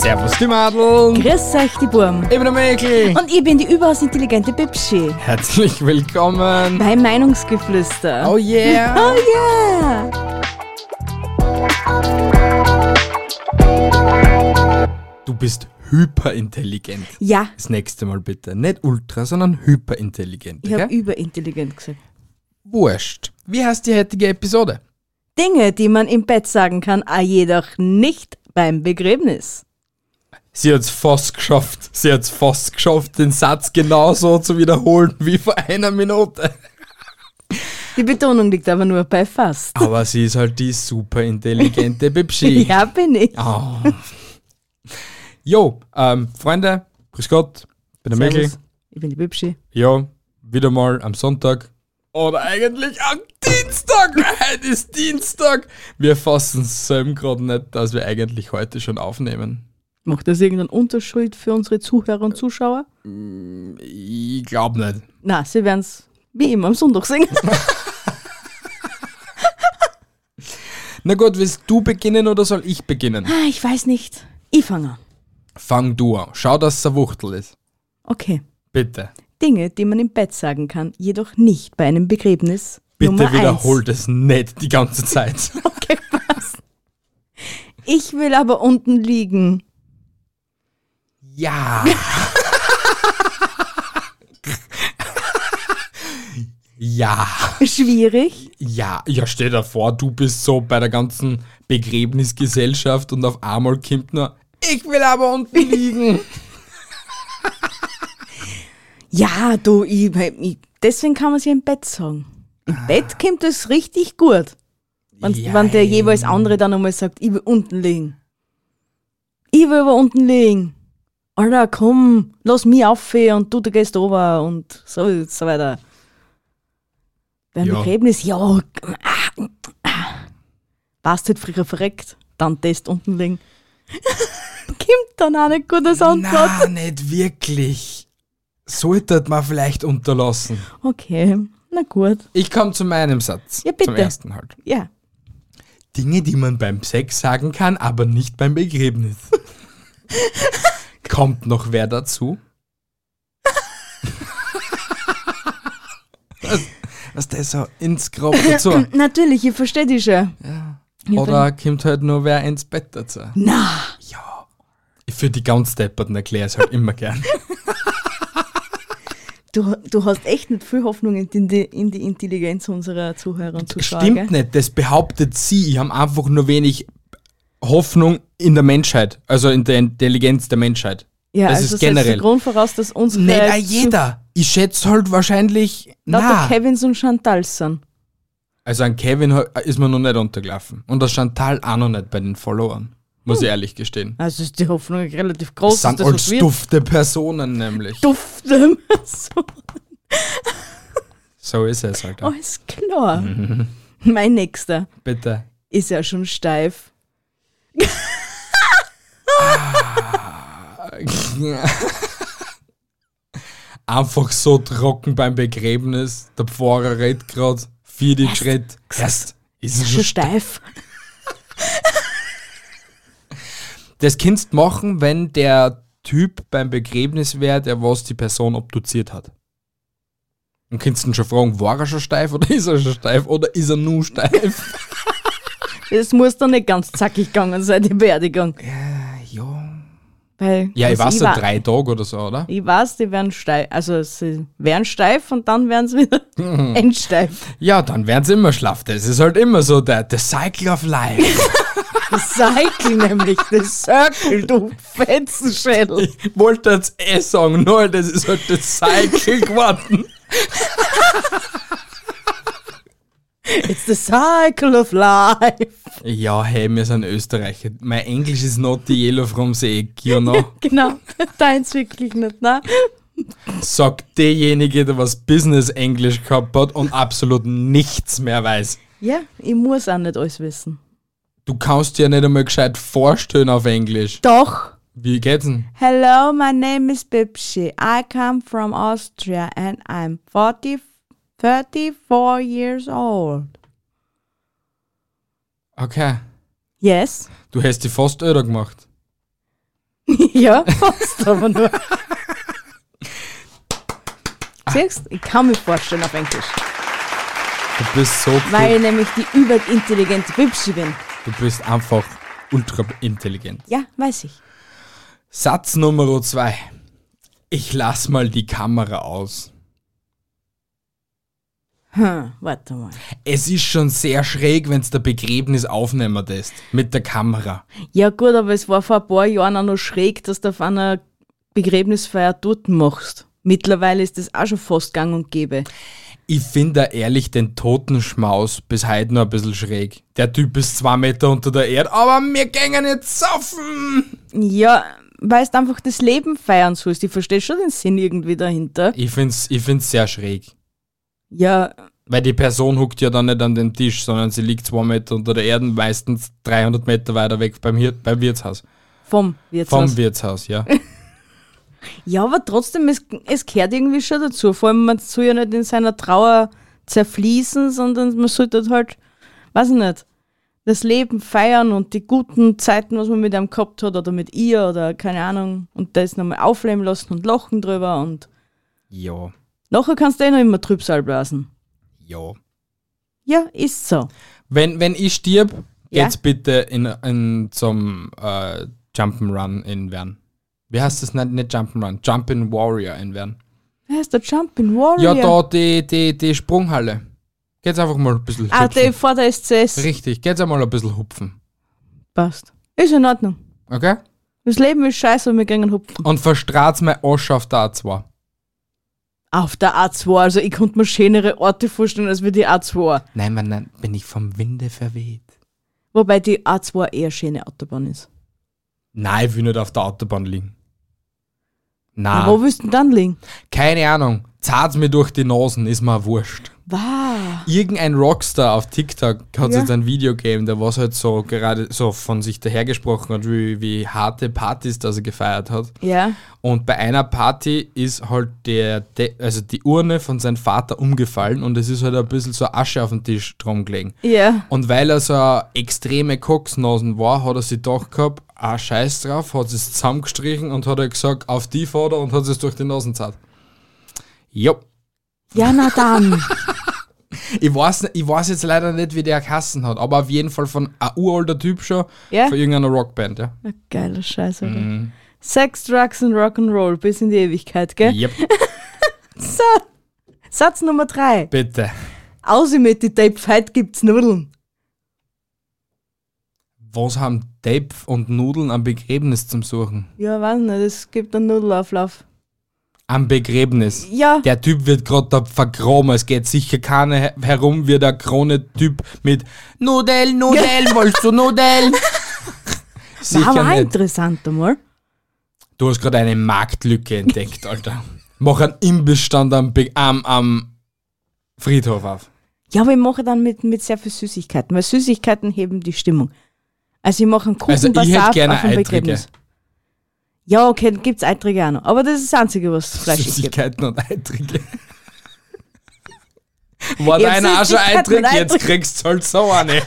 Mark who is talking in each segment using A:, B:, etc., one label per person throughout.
A: Servus die Madeln.
B: Grüß euch, die Burm.
A: Ich bin der Mäkel.
B: Und ich bin die überaus intelligente Bibschi.
A: Herzlich willkommen.
B: Bei Meinungsgeflüster.
A: Oh yeah.
B: Oh yeah!
A: Du bist hyperintelligent.
B: Ja,
A: Das nächste Mal bitte. Nicht ultra, sondern hyperintelligent.
B: ich habe
A: Okay?
B: überintelligent gesagt.
A: Wurscht. Wie heißt die heutige Episode?
B: Dinge, die man im Bett sagen kann, ah jedoch nicht beim Begräbnis.
A: Sie hat's fast geschafft. Sie hat's fast geschafft, den Satz genauso zu wiederholen wie vor einer Minute.
B: Die Betonung liegt aber nur bei fast.
A: Aber sie ist halt die superintelligente Bibschi.
B: Ja, bin ich.
A: Oh. Jo, ähm, Freunde, grüß Gott, bin der Mäkel.
B: Servus. Ich bin die Bibschi.
A: Ja, wieder mal am Sonntag. Oder eigentlich am Dienstag. Heute ist Dienstag. Wir fassen es selben gerade nicht, dass wir eigentlich heute schon aufnehmen.
B: Macht das irgendeinen Unterschied für unsere Zuhörer und Zuschauer?
A: Ich glaube nicht.
B: Na, sie werden es wie immer am Sonntag singen.
A: Na gut, willst du beginnen oder soll ich beginnen?
B: ah, ich weiß nicht. Ich fange an.
A: Fang du an. Schau, dass es eine Wuchtel ist.
B: Okay.
A: Bitte.
B: Dinge, die man im Bett sagen kann, jedoch nicht bei einem Begräbnis.
A: Bitte
B: Nummer
A: wiederhol das nicht die ganze Zeit.
B: Eins. Okay, passt. Ich will aber unten liegen.
A: Ja. ja.
B: Schwierig.
A: Ja, ja, stell dir vor, du bist so bei der ganzen Begräbnisgesellschaft und auf einmal kommt nur, ich will aber unten liegen.
B: Ja, du, ich, ich, deswegen kann man es ja im Bett sagen. Im
A: Ah.
B: Bett kommt es richtig gut. Wenn, wenn der
A: Jein.
B: jeweils andere dann einmal sagt, ich will unten liegen. Ich will aber unten liegen. Alter, komm, lass mich auf und du, du gehst runter und so, so weiter. Beim
A: Ja.
B: Begräbnis, ja, ah, ah. warst halt früher verreckt, dann test unten liegen. Kommt dann auch nicht gut als Antwort.
A: Na, nicht wirklich. Sollte man vielleicht unterlassen.
B: Okay, na gut.
A: Ich komme zu meinem Satz.
B: Ja, bitte.
A: Zum ersten halt.
B: Ja,
A: Dinge, die man beim Sex sagen kann, aber nicht beim Begräbnis. Kommt noch wer dazu? was, was der so ins Grab dazu?
B: natürlich, ich verstehe dich schon. Ja,
A: Oder kommt halt nur wer ins Bett dazu?
B: Na,
A: Ja. Für die ganz Depperten erkläre ich es halt immer gern.
B: du, du hast echt nicht viel Hoffnung in die, in die Intelligenz unserer Zuhörer und Zuschauer.
A: Stimmt
B: gell?
A: nicht, das behauptet sie. Ich habe einfach nur wenig Hoffnung in der Menschheit, also in der Intelligenz der Menschheit.
B: Ja,
A: das
B: also
A: ist
B: setzt
A: generell.
B: der Grund voraus, dass unsere
A: Nicht auch jeder. Ich schätze halt wahrscheinlich,
B: Lauter
A: na.
B: Kevins und Chantals sind.
A: Also an Kevin ha- ist mir noch nicht untergelaufen. Und an Chantal auch noch nicht bei den Followern. Muss ich ehrlich gestehen.
B: Also ist die Hoffnung relativ
A: Das
B: groß.
A: sind
B: dass
A: all
B: das was wird.
A: stufte Personen nämlich.
B: Duft. ähm, so,
A: So ist es halt. auch.
B: alles klar.
A: Mhm.
B: Mein nächster
A: Bitte.
B: ist ja schon steif.
A: Einfach so trocken beim Begräbnis. Der Pfarrer redet gerade. Vier den Schritt. Erst. Ist es
B: Schon
A: schon sta-
B: steif.
A: das kannst du machen, wenn der Typ beim Begräbnis wäre, der was die Person obduziert hat. Und kannst du ihn schon fragen, war er schon steif oder ist er schon steif oder ist er nur steif?
B: Es muss doch nicht ganz zackig gegangen sein, die Beerdigung.
A: ja,
B: Weil,
A: ja ich weiß
B: also war-
A: ja, drei Tage oder so, oder?
B: Ich weiß, die werden steif, also sie werden steif und dann werden sie wieder endsteif.
A: Ja, dann werden sie immer schlaff. Das ist halt immer so der the Cycle of Life.
B: Das Cycle nämlich, das Circle, du Fetzenschädel.
A: ich wollte jetzt eh sagen, nein, das ist halt the Cycle geworden.
B: It's the cycle of life.
A: Ja, hey, wir sind Österreicher. Mein Englisch ist not the yellow from the egg, you know?
B: Genau, deins wirklich nicht, ne?
A: Sagt derjenige, der was Business-Englisch gehabt hat und absolut nichts mehr weiß.
B: Ja, ich muss auch nicht alles wissen.
A: Du kannst dir ja nicht einmal gescheit vorstellen auf Englisch.
B: Doch.
A: Wie geht's denn?
B: Hello, my name is Bipschi. I come from Austria and I'm 40, 34 years old.
A: Okay.
B: Yes.
A: Du hast dich fast öder gemacht.
B: ja, fast aber nur. Siehst ich kann mich vorstellen auf Englisch,
A: Du bist so
B: weil
A: cool.
B: ich nämlich die überintelligente Bipschi bin.
A: Du bist einfach ultra intelligent.
B: Ja, weiß ich.
A: Satz Nummer zwei. Ich lass mal die Kamera aus.
B: Hm, warte mal.
A: Es ist schon sehr schräg, wenn's der Begräbnis aufnehmen lässt. Mit der Kamera.
B: Ja gut, aber es war vor ein paar Jahren auch noch schräg, dass du auf einer Begräbnisfeier Torten machst. Mittlerweile ist das auch schon fast gang und gäbe.
A: Ich finde ehrlich den Totenschmaus bis heute noch ein bisschen schräg. Der Typ ist zwei Meter unter der Erde, aber wir gängen jetzt saufen.
B: Ja, weil du einfach das Leben feiern sollst. Ich verstehe schon den Sinn irgendwie dahinter.
A: Ich find's, ich find's sehr schräg.
B: Ja,
A: Weil die Person huckt ja dann nicht an den Tisch, sondern sie liegt zwei Meter unter der Erde, meistens 300 Meter weiter weg beim, Hir beim Wirtshaus.
B: vom Wirtshaus.
A: Vom Wirtshaus, ja.
B: ja, aber trotzdem, es, es gehört irgendwie schon dazu. Vor allem, man soll ja nicht in seiner Trauer zerfließen, sondern man sollte halt, weiß ich nicht, das Leben feiern und die guten Zeiten, was man mit einem gehabt hat oder mit ihr oder keine Ahnung und das nochmal aufleben lassen und lachen drüber und
A: ja,
B: nachher kannst du eh noch immer Trübsal blasen.
A: ja.
B: Ja, ist so.
A: Wenn, wenn ich stirb,
B: Ja.
A: geht's bitte in, in zum äh, Jump'n'Run in Wern. Wie heißt das? Nicht, nicht Jump'n'Run, Jump'n'Warrior in Wern.
B: Wer ist der Jumping Warrior?
A: Ja, da die, die, die Sprunghalle. Geht's einfach mal ein bisschen
B: Ah,
A: hüpfen.
B: der vor der SCS.
A: Richtig, geht's einmal ein bisschen hupfen.
B: Passt. Ist in Ordnung.
A: Okay?
B: Das Leben ist scheiße, aber wir gehen hupfen.
A: Und verstraht's mein Arsch auf der A2.
B: Auf der A2, also ich konnte mir schönere Orte vorstellen als wie die A2.
A: Nein, Mann, dann bin ich vom Winde verweht.
B: Wobei die A2 eher schöne Autobahn ist.
A: Nein, ich will nicht auf der Autobahn liegen.
B: Ah.
A: Na,
B: Wo willst du denn dann liegen?
A: keine Ahnung. Zahlt's mir durch die Nasen, ist mir wurscht.
B: Wow.
A: Irgendein Rockstar auf TikTok hat
B: Ja.
A: jetzt ein Video gegeben, der was halt so gerade so von sich dahergesprochen hat, wie, wie harte Partys, dass er gefeiert hat.
B: Ja.
A: Und bei einer Party ist halt der, De also die Urne von seinem Vater umgefallen und es ist halt ein bisschen so Asche auf den Tisch drum gelegen.
B: Ja.
A: Und weil er so eine extreme Koksnasen war, hat er sich gedacht gehabt, ah scheiß drauf, hat es zusammengestrichen und hat er gesagt, auf die Vater und hat es durch die Nasen gezahlt. Jo.
B: Ja, na dann.
A: Ich weiß, nicht- ich weiß jetzt leider nicht, wie der Kassen hat, aber auf jeden Fall von ein uralter Typ schon,
B: Ja.
A: von irgendeiner Rockband, ja.
B: Na, Geile Scheiße. Alter. Sex, Drugs und Rock'n'Roll bis in die Ewigkeit, gell?
A: Yep.
B: So. Satz Nummer 3.
A: Bitte.
B: Außer mit die Tape Fight gibt's Nudeln.
A: Was haben Tape und Nudeln am Begräbnis zum Suchen?
B: Ja, weiß nicht, es gibt einen Nudelauflauf.
A: Am Begräbnis.
B: Ja.
A: Der Typ wird gerade da vergraben. Es geht sicher keiner her- herum wie der krone Typ mit Nudeln, Nudeln, wolltest du Nudeln?
B: War aber
A: sicher
B: auch
A: nicht.
B: interessant einmal.
A: Du hast gerade eine Marktlücke entdeckt, Alter. Mach einen Imbissstand am, Be- am, am Friedhof auf.
B: Ja, aber ich mache dann mit, mit sehr viel Süßigkeiten, weil Süßigkeiten heben die Stimmung. Also ich mache einen
A: Also ich
B: Kuchenbasar
A: hätte gerne
B: auf dem
A: Eitrige.
B: Begräbnis. Ja, okay, dann gibt's Eiträge auch noch. Aber das ist das Einzige, was es fleischig gibt.
A: Süßigkeiten und Eitrige. War
B: Ich
A: da
B: hab
A: einer auch schon
B: Süßigkeiten
A: Eitrige?
B: und
A: Jetzt
B: Eitrige.
A: kriegst du halt so eine.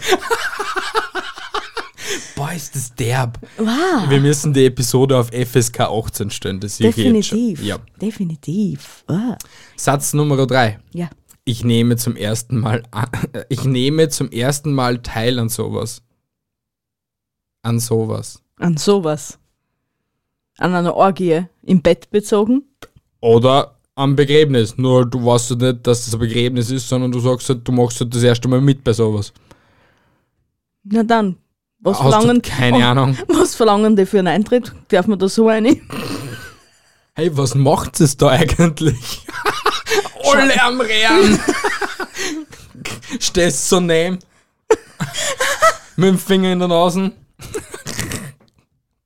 A: Boah, ist das derb.
B: Wow,
A: Wir müssen die Episode auf FSK 18 stellen. Das sehe ich jetzt schon.
B: definitiv.
A: Ja.
B: Definitiv. Wow.
A: Satz Nummer 3.
B: Ja.
A: Ich nehme zum ersten Mal an, ich nehme zum ersten Mal teil an sowas. An sowas.
B: An sowas. An einer Orgie im Bett bezogen.
A: Oder am Begräbnis. Nur du weißt halt nicht, dass das ein Begräbnis ist, sondern du sagst halt, du machst halt das erste Mal mit bei sowas.
B: Na dann, was
A: Hast du
B: verlangen
A: keine
B: oh,
A: Ahnung.
B: Was verlangen die für einen Eintritt? Darf man da so eine?
A: Hey, was macht es da eigentlich? Alle am Rehren. Stehst so neben. Mit dem Finger in der Nase.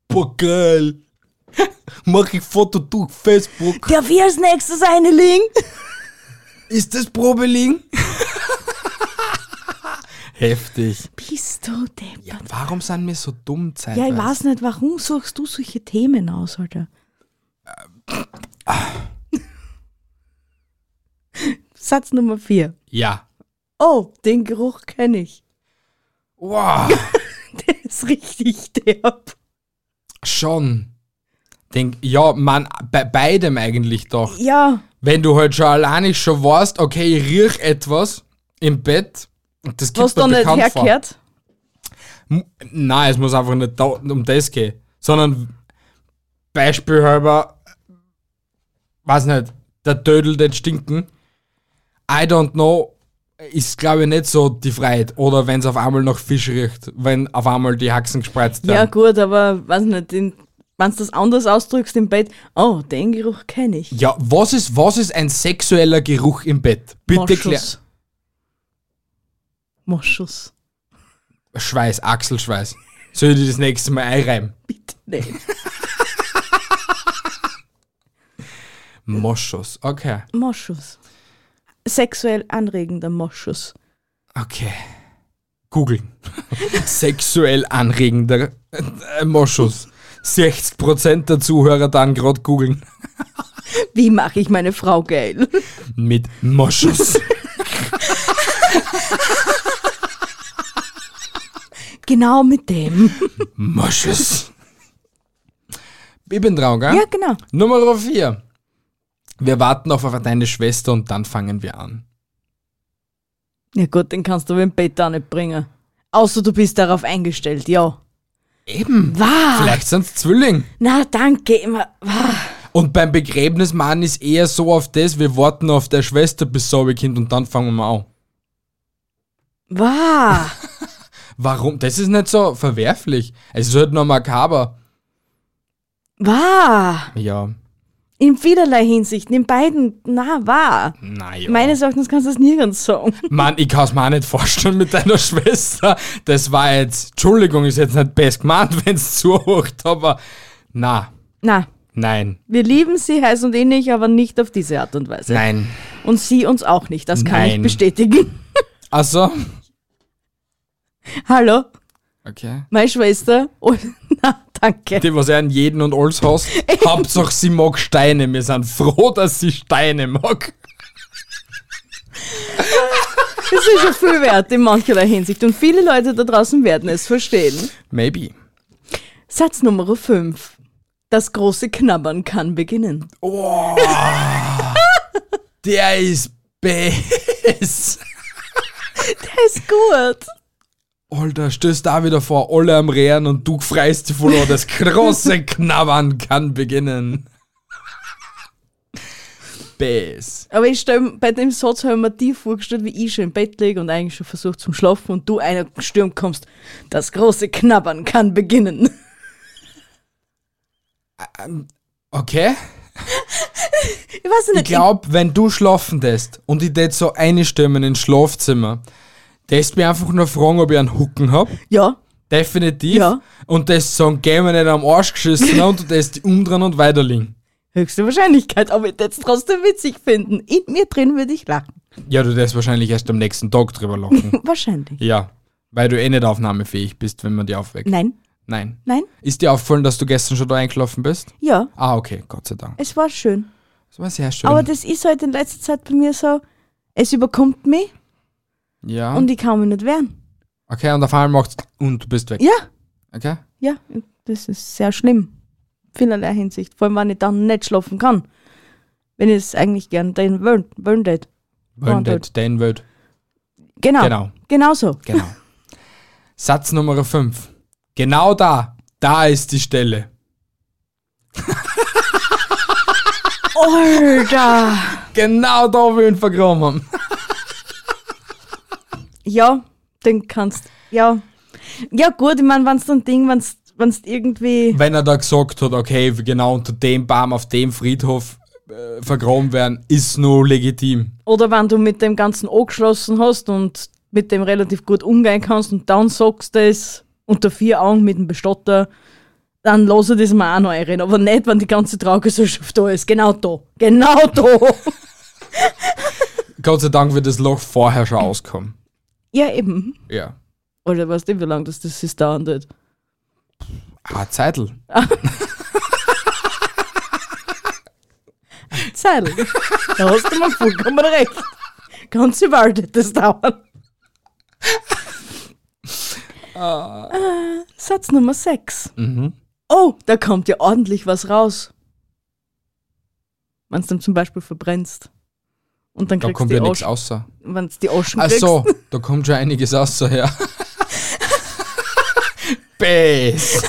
A: Boah, geil. Mach ich Foto durch Facebook.
B: Der wir als nächstes eine Link.
A: Ist das Probeling? Heftig.
B: Bist du deppert. Ja,
A: Warum sind wir so dumm
B: ja,
A: zeitweise?
B: ich weiß nicht, warum suchst du solche Themen aus, Alter? Satz Nummer 4.
A: Ja.
B: Oh, den Geruch kenne ich.
A: Wow.
B: Der ist richtig derb.
A: Schon. Denk, ja, man, bei beidem eigentlich doch.
B: Ja,
A: Wenn du halt schon alleine schon warst, okay, ich riech etwas im Bett, und das gibt
B: was da nicht herkehrt.
A: M- Nein, es muss einfach nicht da, um das gehen. Sondern beispielhalber, weiß nicht, der Dödel, den Stinken, I don't know, ist glaube ich nicht so die Freiheit. Oder wenn es auf einmal nach Fisch riecht, wenn auf einmal die Haxen gespreizt
B: Ja,
A: werden.
B: gut, aber weiß nicht, den, wenn du das anders ausdrückst im Bett, oh, den Geruch kenne ich.
A: Ja, was ist, was ist ein sexueller Geruch im Bett? Bitte klär.
B: Moschus. Moschus.
A: Schweiß, Achselschweiß. Soll ich dir das nächste Mal einreiben?
B: Bitte nicht.
A: Moschus, okay.
B: Moschus. Sexuell anregender Moschus.
A: Okay. Googeln. Sexuell anregender äh, Moschus. 60% der Zuhörer dann gerade googeln.
B: Wie mache ich meine Frau geil?
A: Mit Moschus.
B: genau mit dem.
A: Moschus. Ich bin dran, gell?
B: Ja, genau.
A: Nummer 4. Wir warten auf deine Schwester und dann fangen wir an.
B: Ja gut, den kannst du aber im Bett auch nicht bringen. Außer du bist darauf eingestellt, ja.
A: Eben.
B: Wow.
A: Vielleicht sind's Zwilling.
B: Na, danke immer. Wow.
A: Und beim Begräbnismann ist eher so auf das, wir warten auf der Schwester bis Sorge Kind und dann fangen wir an.
B: Wow.
A: Warum? Das ist nicht so verwerflich. Es ist halt nur makaber.
B: Wow.
A: Ja,
B: In vielerlei Hinsicht, in beiden, na, wahr.
A: naja.
B: Meines Erachtens kannst du das nirgends sagen.
A: Mann, ich kann es mir auch nicht vorstellen mit deiner Schwester. Das war jetzt, Entschuldigung, ist jetzt nicht best gemeint, wenn es zu hoch aber na,
B: Na,
A: nein,
B: wir lieben sie heiß und ähnlich, aber nicht auf diese Art und Weise.
A: nein.
B: Und sie uns auch nicht, das kann ich
A: Nein.
B: bestätigen.
A: Also,
B: Hallo,
A: okay.
B: meine Schwester. Oh, na, danke.
A: Die, was er an jeden und alles hast, Hauptsache sie mag Steine. Wir sind froh, dass sie Steine mag.
B: Das ist schon viel wert in mancherlei Hinsicht und viele Leute da draußen werden es verstehen.
A: Maybe.
B: Satz Nummer 5. Das große Knabbern kann beginnen.
A: Oh, der ist best.
B: Der ist gut.
A: Alter, stößt da wieder vor, alle am Rehren und du freist die voll an. Das große Knabbern kann beginnen. Bess.
B: Aber ich stelle bei dem Satz habe ich mir die vorgestellt, wie ich schon im Bett liege und eigentlich schon versucht zum Schlafen und du einer Sturm kommst. Das große Knabbern kann beginnen.
A: Okay?
B: Ich weiß
A: Ich
B: nicht.
A: glaub, wenn du schlafen lässt und ich tät so einstürmen ins Schlafzimmer, tätst mir einfach nur fragen, ob ich einen Hucken hab.
B: ja,
A: Definitiv.
B: Ja.
A: Und das sagen, geh mir nicht am Arsch geschissen und du tätst umdrehen und weiterliegen.
B: höchste Wahrscheinlichkeit, aber ich würde es trotzdem witzig finden. In mir drin würde ich lachen.
A: Ja, du tätst wahrscheinlich erst am nächsten Tag drüber lachen.
B: Wahrscheinlich.
A: ja. Weil du eh nicht aufnahmefähig bist, wenn man dich aufweckt.
B: Nein,
A: Nein.
B: nein,
A: Ist dir aufgefallen, dass du gestern schon da eingelaufen bist?
B: ja,
A: Ah, okay, Gott sei Dank.
B: es war schön.
A: Das war sehr schön.
B: Aber das ist halt in letzter Zeit bei mir so, es überkommt mich
A: ja.
B: und ich kann mich nicht wehren.
A: okay, und auf einmal macht's und du bist weg.
B: Ja,
A: Okay?
B: ja, das ist sehr schlimm. Vielerlei Hinsicht. Vor allem, wenn ich dann nicht schlafen kann. Wenn ich es eigentlich gern den wollen, wollen tät.
A: Welt,
B: dort.
A: dein Welt.
B: Genau.
A: Genau.
B: Genau so.
A: Genau. Satz Nummer 5. Genau da. Da ist die Stelle.
B: Alter!
A: Genau da, wo wir ihn vergraben haben.
B: ja, den kannst. Ja. Ja, gut, ich meine, wenn es dann Ding, wenn es irgendwie.
A: Wenn er da gesagt hat, okay, genau unter dem Baum auf dem Friedhof äh, vergraben werden, ist nur legitim.
B: Oder wenn du mit dem Ganzen angeschlossen hast und mit dem relativ gut umgehen kannst und dann sagst du es unter vier Augen mit dem Bestatter, dann lass ich das mal auch noch einreden. Aber nicht, wenn die ganze Traugesellschaft da ist. Genau da. Genau da.
A: Gott sei Dank wird das Loch vorher schon auskommen.
B: ja, eben.
A: Ja.
B: Oder weißt du, wie lange das, das ist dauern wird?
A: Ah, Zeitl.
B: Zeil. Da hast du mal vollkommen recht. Ganze Welt wird das dauern. Äh, Satz Nummer 6.
A: Mhm.
B: Oh, da kommt ja ordentlich was raus. Wenn du zum Beispiel verbrennst. Und dann
A: Da
B: kriegst du
A: kommt
B: die
A: ja nichts
B: Oschen,
A: außer.
B: wenn du die Oschen
A: Ach
B: kriegst.
A: so, da kommt schon einiges außer, ja. Bess.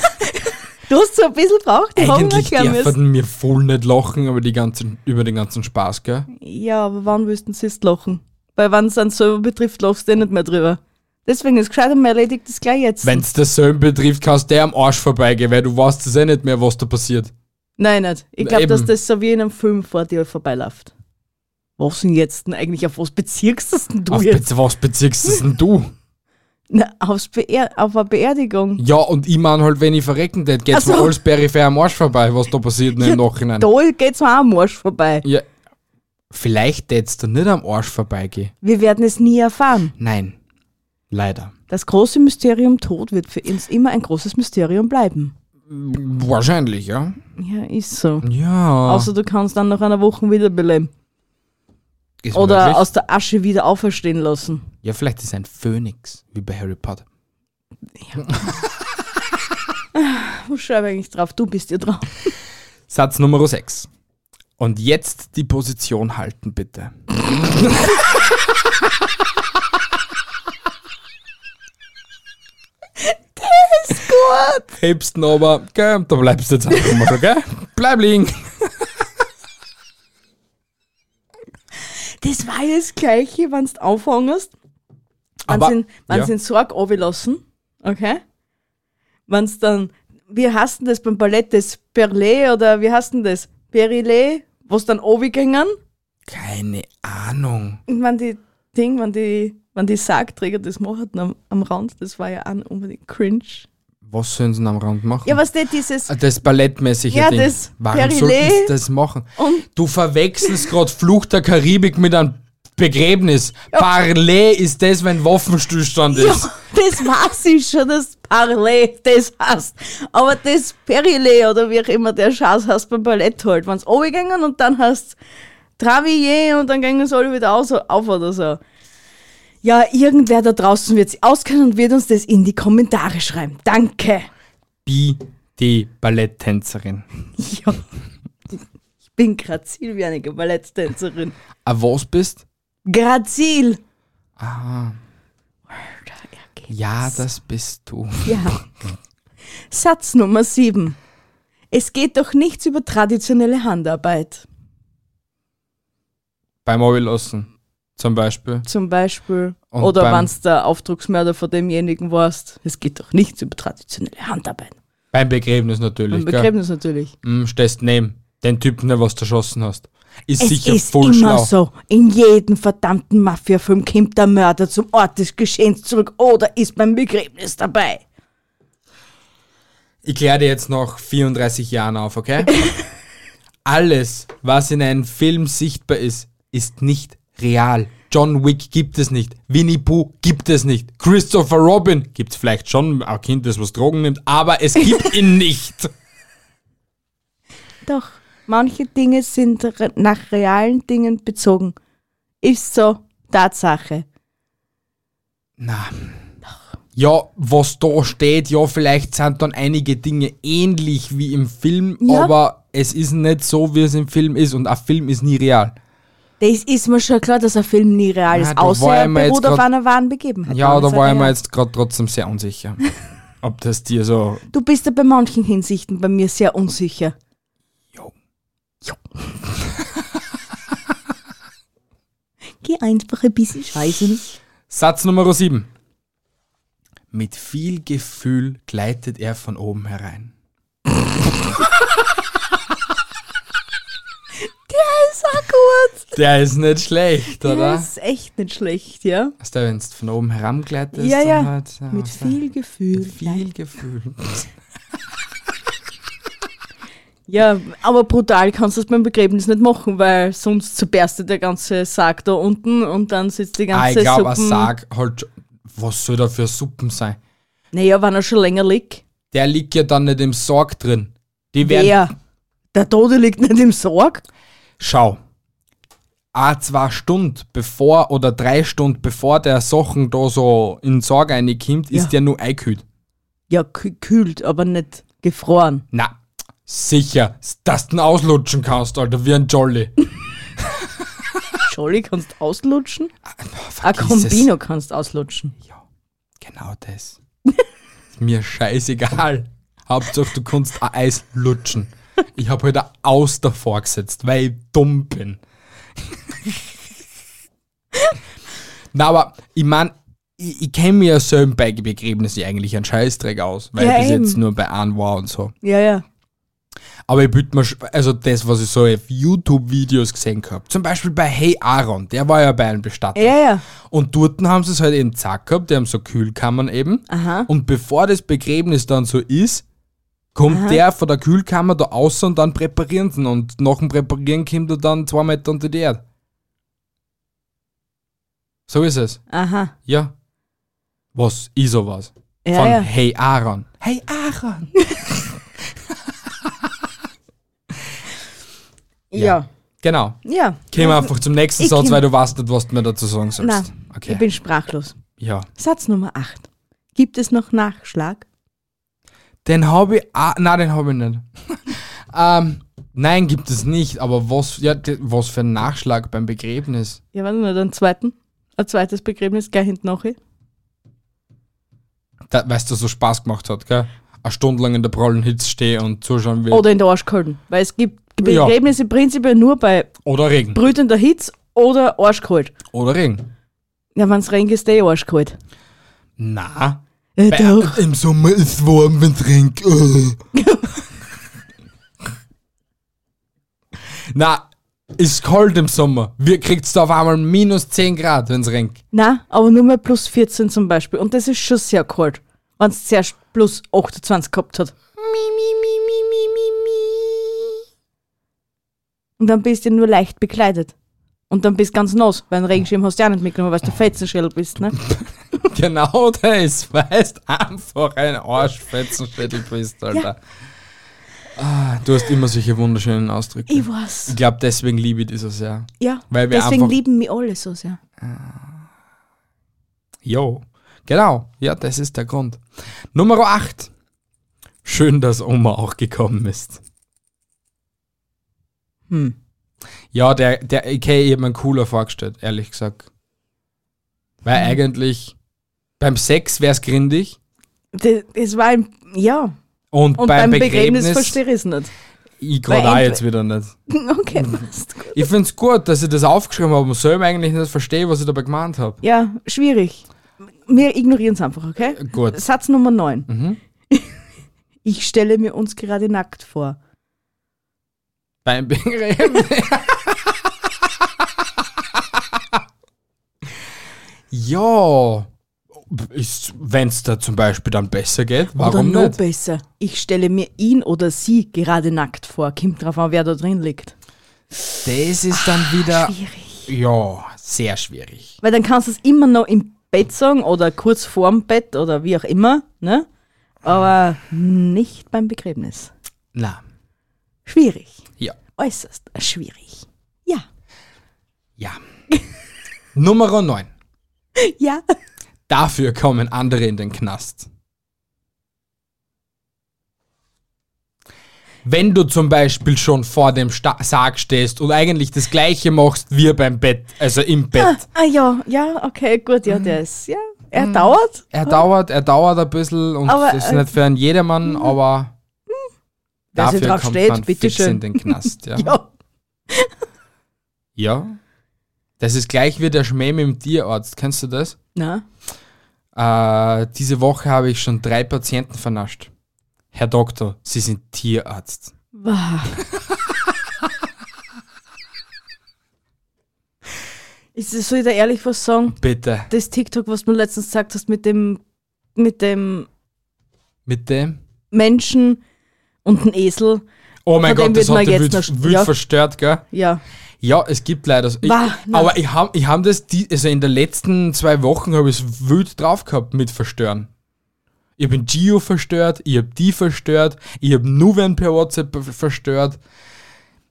B: Du hast so ein bisschen braucht, die haben wir
A: Eigentlich
B: erklären müssen.
A: dürfen wir voll nicht lachen über, die ganzen, über den ganzen Spaß, gell?
B: Ja, aber wann willst du es lachen? Weil wenn es dann selber betrifft, lachst du eh nicht mehr drüber. Deswegen ist es gescheit und man erledigt das gleich jetzt.
A: Wenn es derselben betrifft, kannst du der am Arsch vorbeigehen, weil du weißt es eh nicht mehr, was da passiert.
B: Nein, nicht. Ich glaube,
A: Eben.
B: dass das so wie in einem Film vor dir vorbeiläuft. Was denn jetzt denn eigentlich? Auf was beziehst du denn du
A: Auf
B: jetzt?
A: Be was beziehst du denn du?
B: Na, aufs Beer auf eine Beerdigung.
A: Ja, und ich meine halt, wenn ich verrecken tät, geht's
B: Ach so.
A: mir alles peripher am Arsch vorbei, was da passiert ja, im Nachhinein.
B: Da geht's mir auch am Arsch vorbei.
A: Ja. Vielleicht tätst du nicht am Arsch vorbeigehen.
B: Wir werden es nie erfahren.
A: Nein. Leider.
B: Das große Mysterium Tod wird für uns immer ein großes Mysterium bleiben.
A: Wahrscheinlich, ja.
B: Ja, ist so.
A: Ja.
B: Außer du kannst dann nach einer Woche wiederbeleben.
A: Ist
B: Oder
A: möglich.
B: aus der Asche wieder auferstehen lassen.
A: ja, vielleicht ist ein Phönix, wie bei Harry Potter.
B: Wo schreibe ich eigentlich drauf? Du bist ja drauf.
A: Satz Nummer 6. Und jetzt die Position halten, bitte.
B: Gut!
A: Hebst ihn aber, gell, da bleibst du jetzt einfach mal, gell? Bleib liegen.
B: Das war ja das Gleiche, wenn du aufhängst. Wenn
A: Aber-
B: sie in- wenn
A: ja.
B: sie in Sorg runterlassen, okay? Wenn es dann, wie heißt denn das beim Ballett, das Perlé oder wie heißt denn das? Perilé, wo dann runtergängen?
A: Keine Ahnung.
B: Und wenn die Ding, wenn die, wenn die Sargträger das machen am, am Rand, das war ja auch nicht unbedingt cringe.
A: Was sollen sie denn am Rand machen?
B: Ja, was denn dieses,
A: Ah, Das ballettmäßige
B: Ja,
A: Ding.
B: das
A: Warum
B: Perilé.
A: sollten sie das machen?
B: Und-
A: du verwechselst gerade Fluch der Karibik mit einem Begräbnis. Parley ist das, wenn Waffenstillstand
B: ja,
A: ist.
B: das weiß ich schon, das Parley, das heißt. Aber das Perilé oder wie auch immer der Schatz heißt beim Ballett halt, wenn es runtergängen und dann heißt Travier und dann gingen sie alle wieder aus, auf oder so. Ja, irgendwer da draußen wird sich auskennen und wird uns das in die Kommentare schreiben. Danke.
A: Bi, die Balletttänzerin.
B: Ja. Ich bin grazil wie eine Balletttänzerin.
A: A Ah, was bist?
B: Grazil.
A: Ah, ja, das bist du.
B: Ja. Satz Nummer 7. Es geht doch nichts über traditionelle Handarbeit.
A: Beim Ablassen zum Beispiel.
B: Zum Beispiel.
A: Und
B: Oder
A: beim-
B: wenn du der Auftragsmörder von demjenigen warst. Es geht doch nichts über traditionelle Handarbeit.
A: Beim Begräbnis natürlich.
B: Im Begräbnis natürlich.
A: Gell? Hm, stehst neben den Typen, der was erschossen hast. Ist
B: Es
A: sicher
B: ist
A: voll
B: immer
A: schlau.
B: so. In jedem verdammten Mafia-Film kommt der Mörder zum Ort des Geschehens zurück oder ist beim Begräbnis dabei.
A: Ich kläre dir jetzt nach 34 Jahren auf, okay? Alles, was in einem Film sichtbar ist, ist nicht real. John Wick gibt es nicht. Winnie Pooh gibt es nicht. Christopher Robin gibt es vielleicht schon, ein Kind, das was Drogen nimmt, aber es gibt ihn nicht.
B: Doch, manche Dinge sind re- nach realen Dingen bezogen. Ist so, Tatsache.
A: Na. Ja, was da steht, ja, vielleicht sind dann einige Dinge ähnlich wie im Film,
B: Ja.
A: aber es ist nicht so, wie es im Film ist und ein Film ist nie real.
B: Das ist mir schon klar, dass ein Film nie real
A: Ja,
B: ist,
A: da
B: außer
A: war ich
B: er
A: mir jetzt
B: beruht auf
A: grad-
B: einer wahren Begebenheit.
A: Ja,
B: Dann
A: da
B: ist er
A: war ich
B: real.
A: mir jetzt gerade trotzdem sehr unsicher, ob das dir so.
B: Du bist ja bei manchen Hinsichten bei mir sehr unsicher.
A: Jo.
B: Jo. Geh einfach ein bisschen scheißen.
A: Satz Nummer 7. Mit viel Gefühl gleitet er von oben herein. Der ist nicht schlecht, oder?
B: Das ist echt nicht schlecht, ja?
A: Hast du, wenn du von oben herumgleitest,
B: Ja,
A: dann
B: ja.
A: Halt, ja,
B: Mit
A: was da-
B: viel Gefühl.
A: mit viel Gefühl.
B: Ja, aber brutal kannst du es beim Begräbnis nicht machen, weil sonst zerberstet der ganze Sarg da unten und dann sitzt die
A: Ah,
B: ganze
A: ich glaube, ein
B: Suppen-
A: Sarg halt, schon- was soll da für Suppen sein?
B: Naja, wenn er schon länger liegt.
A: Der liegt ja dann nicht im Sarg drin. Die werden.
B: Wer? Der Tode liegt nicht im Sarg.
A: Schau. A zwei Stunden bevor oder drei Stunden bevor der Sachen da so in den Sarg reinkommt,
B: Ja.
A: ist der nur eingekühlt.
B: Ja, kü- kühlt, aber nicht gefroren.
A: Na, sicher, dass du ihn auslutschen kannst, Alter, wie ein Jolly.
B: Jolly kannst auslutschen.
A: Ah, Vergiss
B: Ein
A: es.
B: Combino kannst auslutschen.
A: Genau das. Ist mir scheißegal. Hauptsache, du kannst ein Eis lutschen. Ich habe heute halt eine Auster vorgesetzt, weil ich dumm bin. Na, aber ich mein, ich, ich kenne mir ja selber bei Begräbnissen eigentlich einen Scheißdreck aus, weil
B: Ja,
A: ich bis
B: eben.
A: jetzt nur bei einem war und so.
B: Ja, ja.
A: Aber ich bitte mir, sch- also das, was ich so auf YouTube-Videos gesehen habe, zum Beispiel bei Hey Aaron, der war ja bei einem Bestatter.
B: Ja, ja.
A: Und dort haben sie es halt eben zack gehabt, die haben so Kühlkammern eben.
B: Aha.
A: Und bevor das Begräbnis dann so ist, kommt der von der Kühlkammer da raus und dann präparieren sie ihn. Und nach dem Präparieren kommt er dann zwei Meter unter die Erde. So ist es.
B: Aha.
A: Ja. Was ist sowas?
B: Ja,
A: Von
B: ja.
A: Hey Aaron. Hey Aaron!
B: Ja.
A: Genau.
B: Ja.
A: Gehen wir einfach zum nächsten
B: Ich
A: Satz,
B: kenn-
A: weil du weißt nicht, was du mir dazu sagen sollst.
B: Nein, ich
A: Okay.
B: bin sprachlos.
A: Ja.
B: Satz Nummer 8. Gibt es noch Nachschlag?
A: Den habe ich. Ah, nein, den habe ich nicht. ähm, nein, gibt es nicht. Aber was, ja, d- was für ein Nachschlag beim Begräbnis?
B: Ja, warte mal, dann zweiten. Ein zweites Begräbnis gleich hinten noch.
A: Da, weißt du, so Spaß gemacht hat, gell? Eine Stunde lang in der prallen Hitze stehen und zuschauen wie.
B: Oder in der Arschkolden. Weil es gibt Begräbnisse prinzipiell nur bei
A: oder Regen.
B: brütender Hitze oder Arschkalt.
A: Oder Regen.
B: Ja, wenn's regnet, ist eh arschkalt.
A: Na.
B: Äh,
A: Bei-
B: doch.
A: Im Sommer ist es warm, wenn es regnet. Äh. na, ist kalt im Sommer. Wir kriegt's da auf einmal minus 10 Grad, wenn es regnet.
B: Nein, aber nur mal plus 14 zum Beispiel. Und das ist schon sehr kalt, wenn's zuerst plus 28 gehabt hat. Und dann bist du nur leicht bekleidet. Und dann bist du ganz nass, weil einen Regenschirm hast du ja nicht mitgenommen, weil du Fetzenschädel bist, ne?
A: Genau das, weißt einfach ein Arschfetzenschädel bist, Alter. Ah, du hast immer solche wunderschönen Ausdrücke.
B: Ich
A: Ich,
B: weiß.
A: glaube, deswegen liebe ich das so sehr.
B: Ja,
A: Weil wir
B: deswegen
A: einfach-
B: lieben mich alle so sehr.
A: Jo. Genau, ja, das ist der Grund. Nummer 8. Schön, dass Oma auch gekommen ist.
B: Hm.
A: Ja, der, der okay, ich hab mir einen cooler vorgestellt, ehrlich gesagt. Weil eigentlich beim Sex wär's grindig
B: Das, das war ein. Ja.
A: und,
B: Und
A: beim,
B: beim,
A: Begräbnis,
B: Begräbnis verstehe ich es nicht.
A: ich gerade
B: Weil
A: auch
B: entwe-
A: jetzt wieder nicht.
B: Okay, passt. gut.
A: Ich find's gut, dass ich das aufgeschrieben habe und selber eigentlich nicht verstehe, was ich dabei gemeint habe.
B: Ja, schwierig. Wir ignorieren es einfach, okay?
A: Äh, Gut.
B: Satz Nummer 9.
A: Mhm.
B: Ich stelle mir uns gerade nackt vor.
A: Beim Begräbnis. ja. Ist, wenn's da zum Beispiel dann besser geht, warum
B: oder noch
A: nicht?
B: besser. Ich stelle mir ihn oder sie gerade nackt vor. Kommt drauf an, wer da drin liegt.
A: Das ist dann wieder.
B: Schwierig.
A: Ja, sehr schwierig.
B: Weil dann kannst du es immer noch im Bett sagen oder kurz vorm Bett oder wie auch immer, ne? Aber nicht beim Begräbnis.
A: Na,
B: Schwierig.
A: ja.
B: Äußerst schwierig. Ja.
A: Ja. Nummer 9.
B: Ja.
A: Dafür kommen andere in den Knast. Wenn du zum Beispiel schon vor dem Sta Sarg stehst und eigentlich das gleiche machst wie beim Bett, also im Bett. Mhm.
B: Ah ja, ja, okay, gut, ja, der ist, ja. Er dauert.
A: Er dauert, er dauert ein bisschen und
B: Aber,
A: das ist
B: äh,
A: nicht für einen jedermann, aber
B: Wer sich
A: dafür
B: drauf
A: kommt
B: steht,
A: man
B: bitte
A: fix
B: schön.
A: in den Knast. Ja. ja.
B: Ja.
A: Das ist gleich wie der Schmäh mit dem Tierarzt. Kennst du das?
B: Na?
A: Äh, diese Woche habe ich schon drei Patienten vernascht. Herr Doktor, Sie sind Tierarzt.
B: Wah. Ist das, soll ich da ehrlich was sagen?
A: Bitte.
B: Das TikTok, was du mir letztens gesagt hast mit dem, mit dem
A: Mit dem?
B: Menschen und dem Esel,
A: Oh mein
B: Von dem
A: Gott, das
B: wird man
A: hat dich
B: jetzt
A: wild,
B: noch-
A: wild
B: ja.
A: verstört, gell?
B: ja.
A: Ja, es gibt leider so. Ich,
B: Wah, nein.
A: aber ich habe ich hab das, die, also in den letzten zwei Wochen habe ich es wild drauf gehabt mit Verstören. Ich bin Gio verstört, ich habe die verstört, ich habe Nuven per WhatsApp ver- verstört.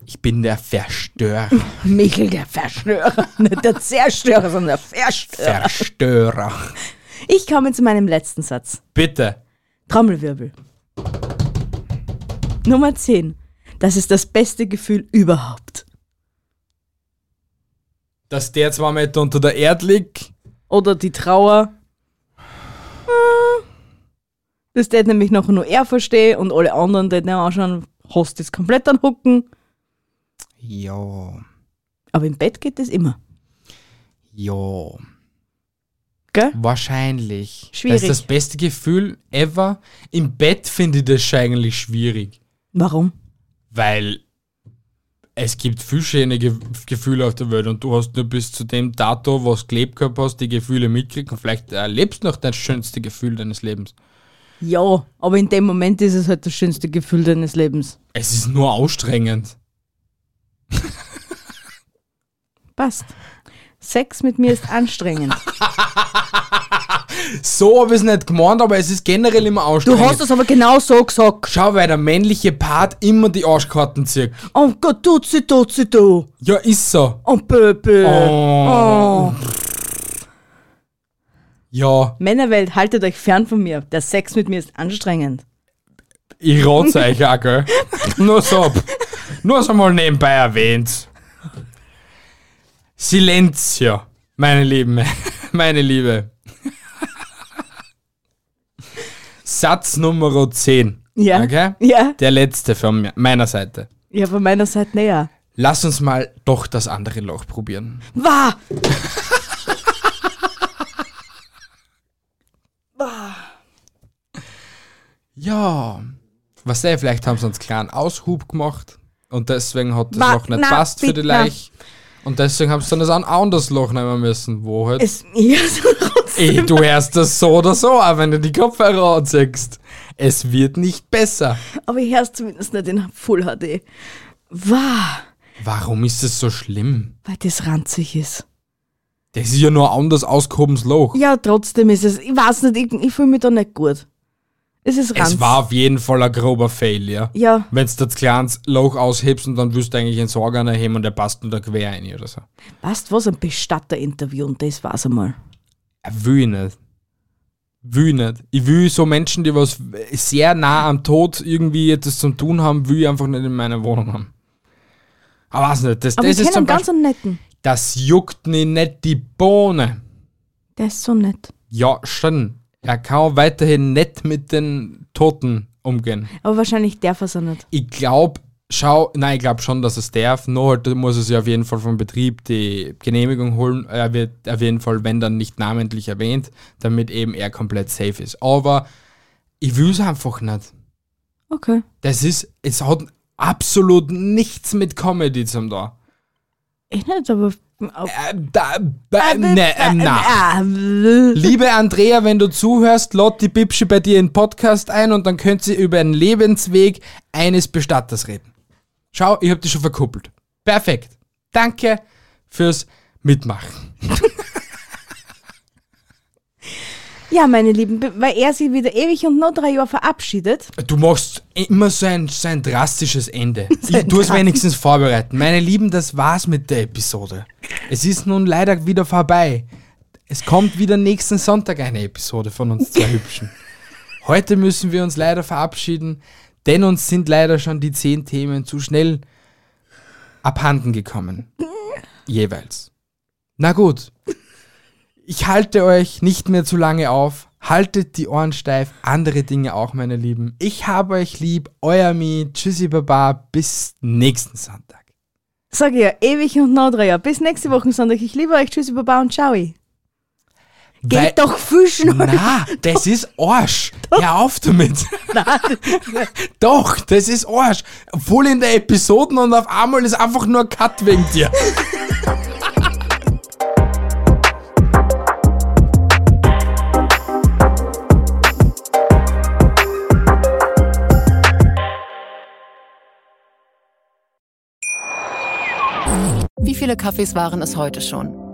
A: Ich bin der Verstörer.
B: Michel, der Verstörer. Nicht der Zerstörer, sondern der Verstörer.
A: Verstörer.
B: Ich komme zu meinem letzten Satz.
A: Bitte.
B: Trommelwirbel. Nummer 10. Das ist das beste Gefühl überhaupt.
A: Dass der zwei Meter unter der Erde liegt.
B: Oder die Trauer. Ah, Das tät nämlich noch nur er verstehen und alle anderen tät nicht anschauen, hast das komplett anhucken.
A: Ja,
B: Aber im Bett geht das immer.
A: ja.
B: Gell?
A: Wahrscheinlich.
B: Schwierig.
A: Das ist das beste Gefühl ever. Im Bett finde ich das schon eigentlich schwierig.
B: Warum?
A: weil es gibt viel schöne Ge Gefühle auf der Welt und du hast nur bis zu dem Dato, was gelebt gehabt hast, die Gefühle mitgekriegt und vielleicht erlebst noch das schönste Gefühl deines Lebens.
B: Ja, aber in dem Moment ist es halt das schönste Gefühl deines Lebens.
A: Es ist nur anstrengend.
B: Passt. Sex mit mir ist anstrengend.
A: So habe ich es nicht gemeint, aber es ist generell immer
B: Du
A: anstrengend.
B: hast es aber genau so gesagt.
A: Schau, weil der männliche Part immer die Arschkarten zieht.
B: Oh Gott, tutsi, tutsi, du.
A: Ja, ist so.
B: Oh, Pöpel.
A: Oh.
B: Oh.
A: Ja,
B: Männerwelt, haltet euch fern von mir. Der Sex mit mir ist anstrengend.
A: ich rate euch auch, gell? Nur so. Nur so mal nebenbei erwähnt. Silenzio, meine Lieben, meine Liebe. Satz Nummer 10.
B: Ja.
A: Okay?
B: Ja.
A: Der letzte von mir, meiner Seite.
B: Ja, von meiner Seite näher.
A: Lass uns mal doch das andere Loch probieren.
B: Wah!
A: Ja. Was sei, vielleicht haben sie uns kleinen Aushub gemacht und deswegen hat das
B: Ma-
A: Loch nicht
B: na,
A: passt für die
B: bitte, na.
A: Leich. Und deswegen haben sie dann das ein anderes Loch nehmen müssen, wo halt.
B: Es, ja, so
A: Ey, du hörst das so oder so, auch wenn du die Kopfhörer anziehst. Es wird nicht besser.
B: aber ich hör's zumindest nicht in Full HD. Wah!
A: Warum ist es so schlimm?
B: Weil das ranzig ist.
A: Das ist ja nur ein anders ausgehobenes Loch.
B: Ja, trotzdem ist es. Ich weiß nicht, ich, ich fühle mich da nicht gut. Es ist ranzig.
A: Es war auf jeden Fall ein grober Failure.
B: Ja,
A: Wenn du das kleines Loch aushebst und dann willst du eigentlich einen Sorgen erheben und der passt nur da quer rein oder so.
B: weißt du was? Ein Bestatter-Interview und das war's einmal.
A: Ich will nicht. Will ich nicht. Ich will so Menschen, die was sehr nah am Tod irgendwie etwas zum tun haben, will ich einfach nicht in meiner Wohnung haben. Aber weiß nicht, das,
B: Aber
A: das
B: ich
A: ist
B: kenne
A: zum
B: einen ganz
A: Beispiel,
B: einen netten.
A: das juckt mir nicht die Bohne.
B: Der ist so nett.
A: Ja, schon. Er kann weiterhin nett mit den Toten umgehen.
B: Aber wahrscheinlich darf er's auch nicht.
A: Ich glaube, schau, nein, ich glaube schon, dass es darf. Nur halt muss es ja auf jeden Fall vom Betrieb die Genehmigung holen. Er wird auf jeden Fall, wenn dann nicht namentlich erwähnt, damit eben er komplett safe ist. Aber ich will es einfach nicht.
B: Okay.
A: Das ist, es hat absolut nichts mit Comedy zum da.
B: Ich nicht, aber. aber
A: Äh, da, äh, ne, äh, na.
B: na.
A: Liebe Andrea, wenn du zuhörst, lad die Bibsche bei dir in den Podcast ein und dann könnt sie über den Lebensweg eines Bestatters reden. Schau, ich hab dich schon verkuppelt. Perfekt. Danke fürs Mitmachen.
B: Ja, meine Lieben, be- weil er sich wieder ewig und noch drei Jahre verabschiedet.
A: Du machst immer so ein, so ein drastisches Ende. Ich tue es wenigstens vorbereiten. Meine Lieben, das war's mit der Episode. Es ist nun leider wieder vorbei. Es kommt wieder nächsten Sonntag eine Episode von uns zwei Hübschen. Heute müssen wir uns leider verabschieden, denn uns sind leider schon die zehn Themen zu schnell abhanden gekommen. Jeweils. Na gut. Ich halte euch nicht mehr zu lange auf. Haltet die Ohren steif. Andere Dinge auch, meine Lieben. Ich habe euch lieb. Euer Mi. Tschüssi, Baba. Bis nächsten Sonntag.
B: Sag ich ja, ewig und noch drei Jahre. Bis nächste Woche Sonntag. Ich liebe euch. Tschüssi, Baba und Ciao. Geht
A: Weil-
B: doch viel schneller.
A: Na, das ist Arsch. Hör auf damit. Doch, das ist Arsch. Voll in der Episoden und auf einmal ist einfach nur ein Cut wegen dir.
C: Wie viele Kaffees waren es heute schon?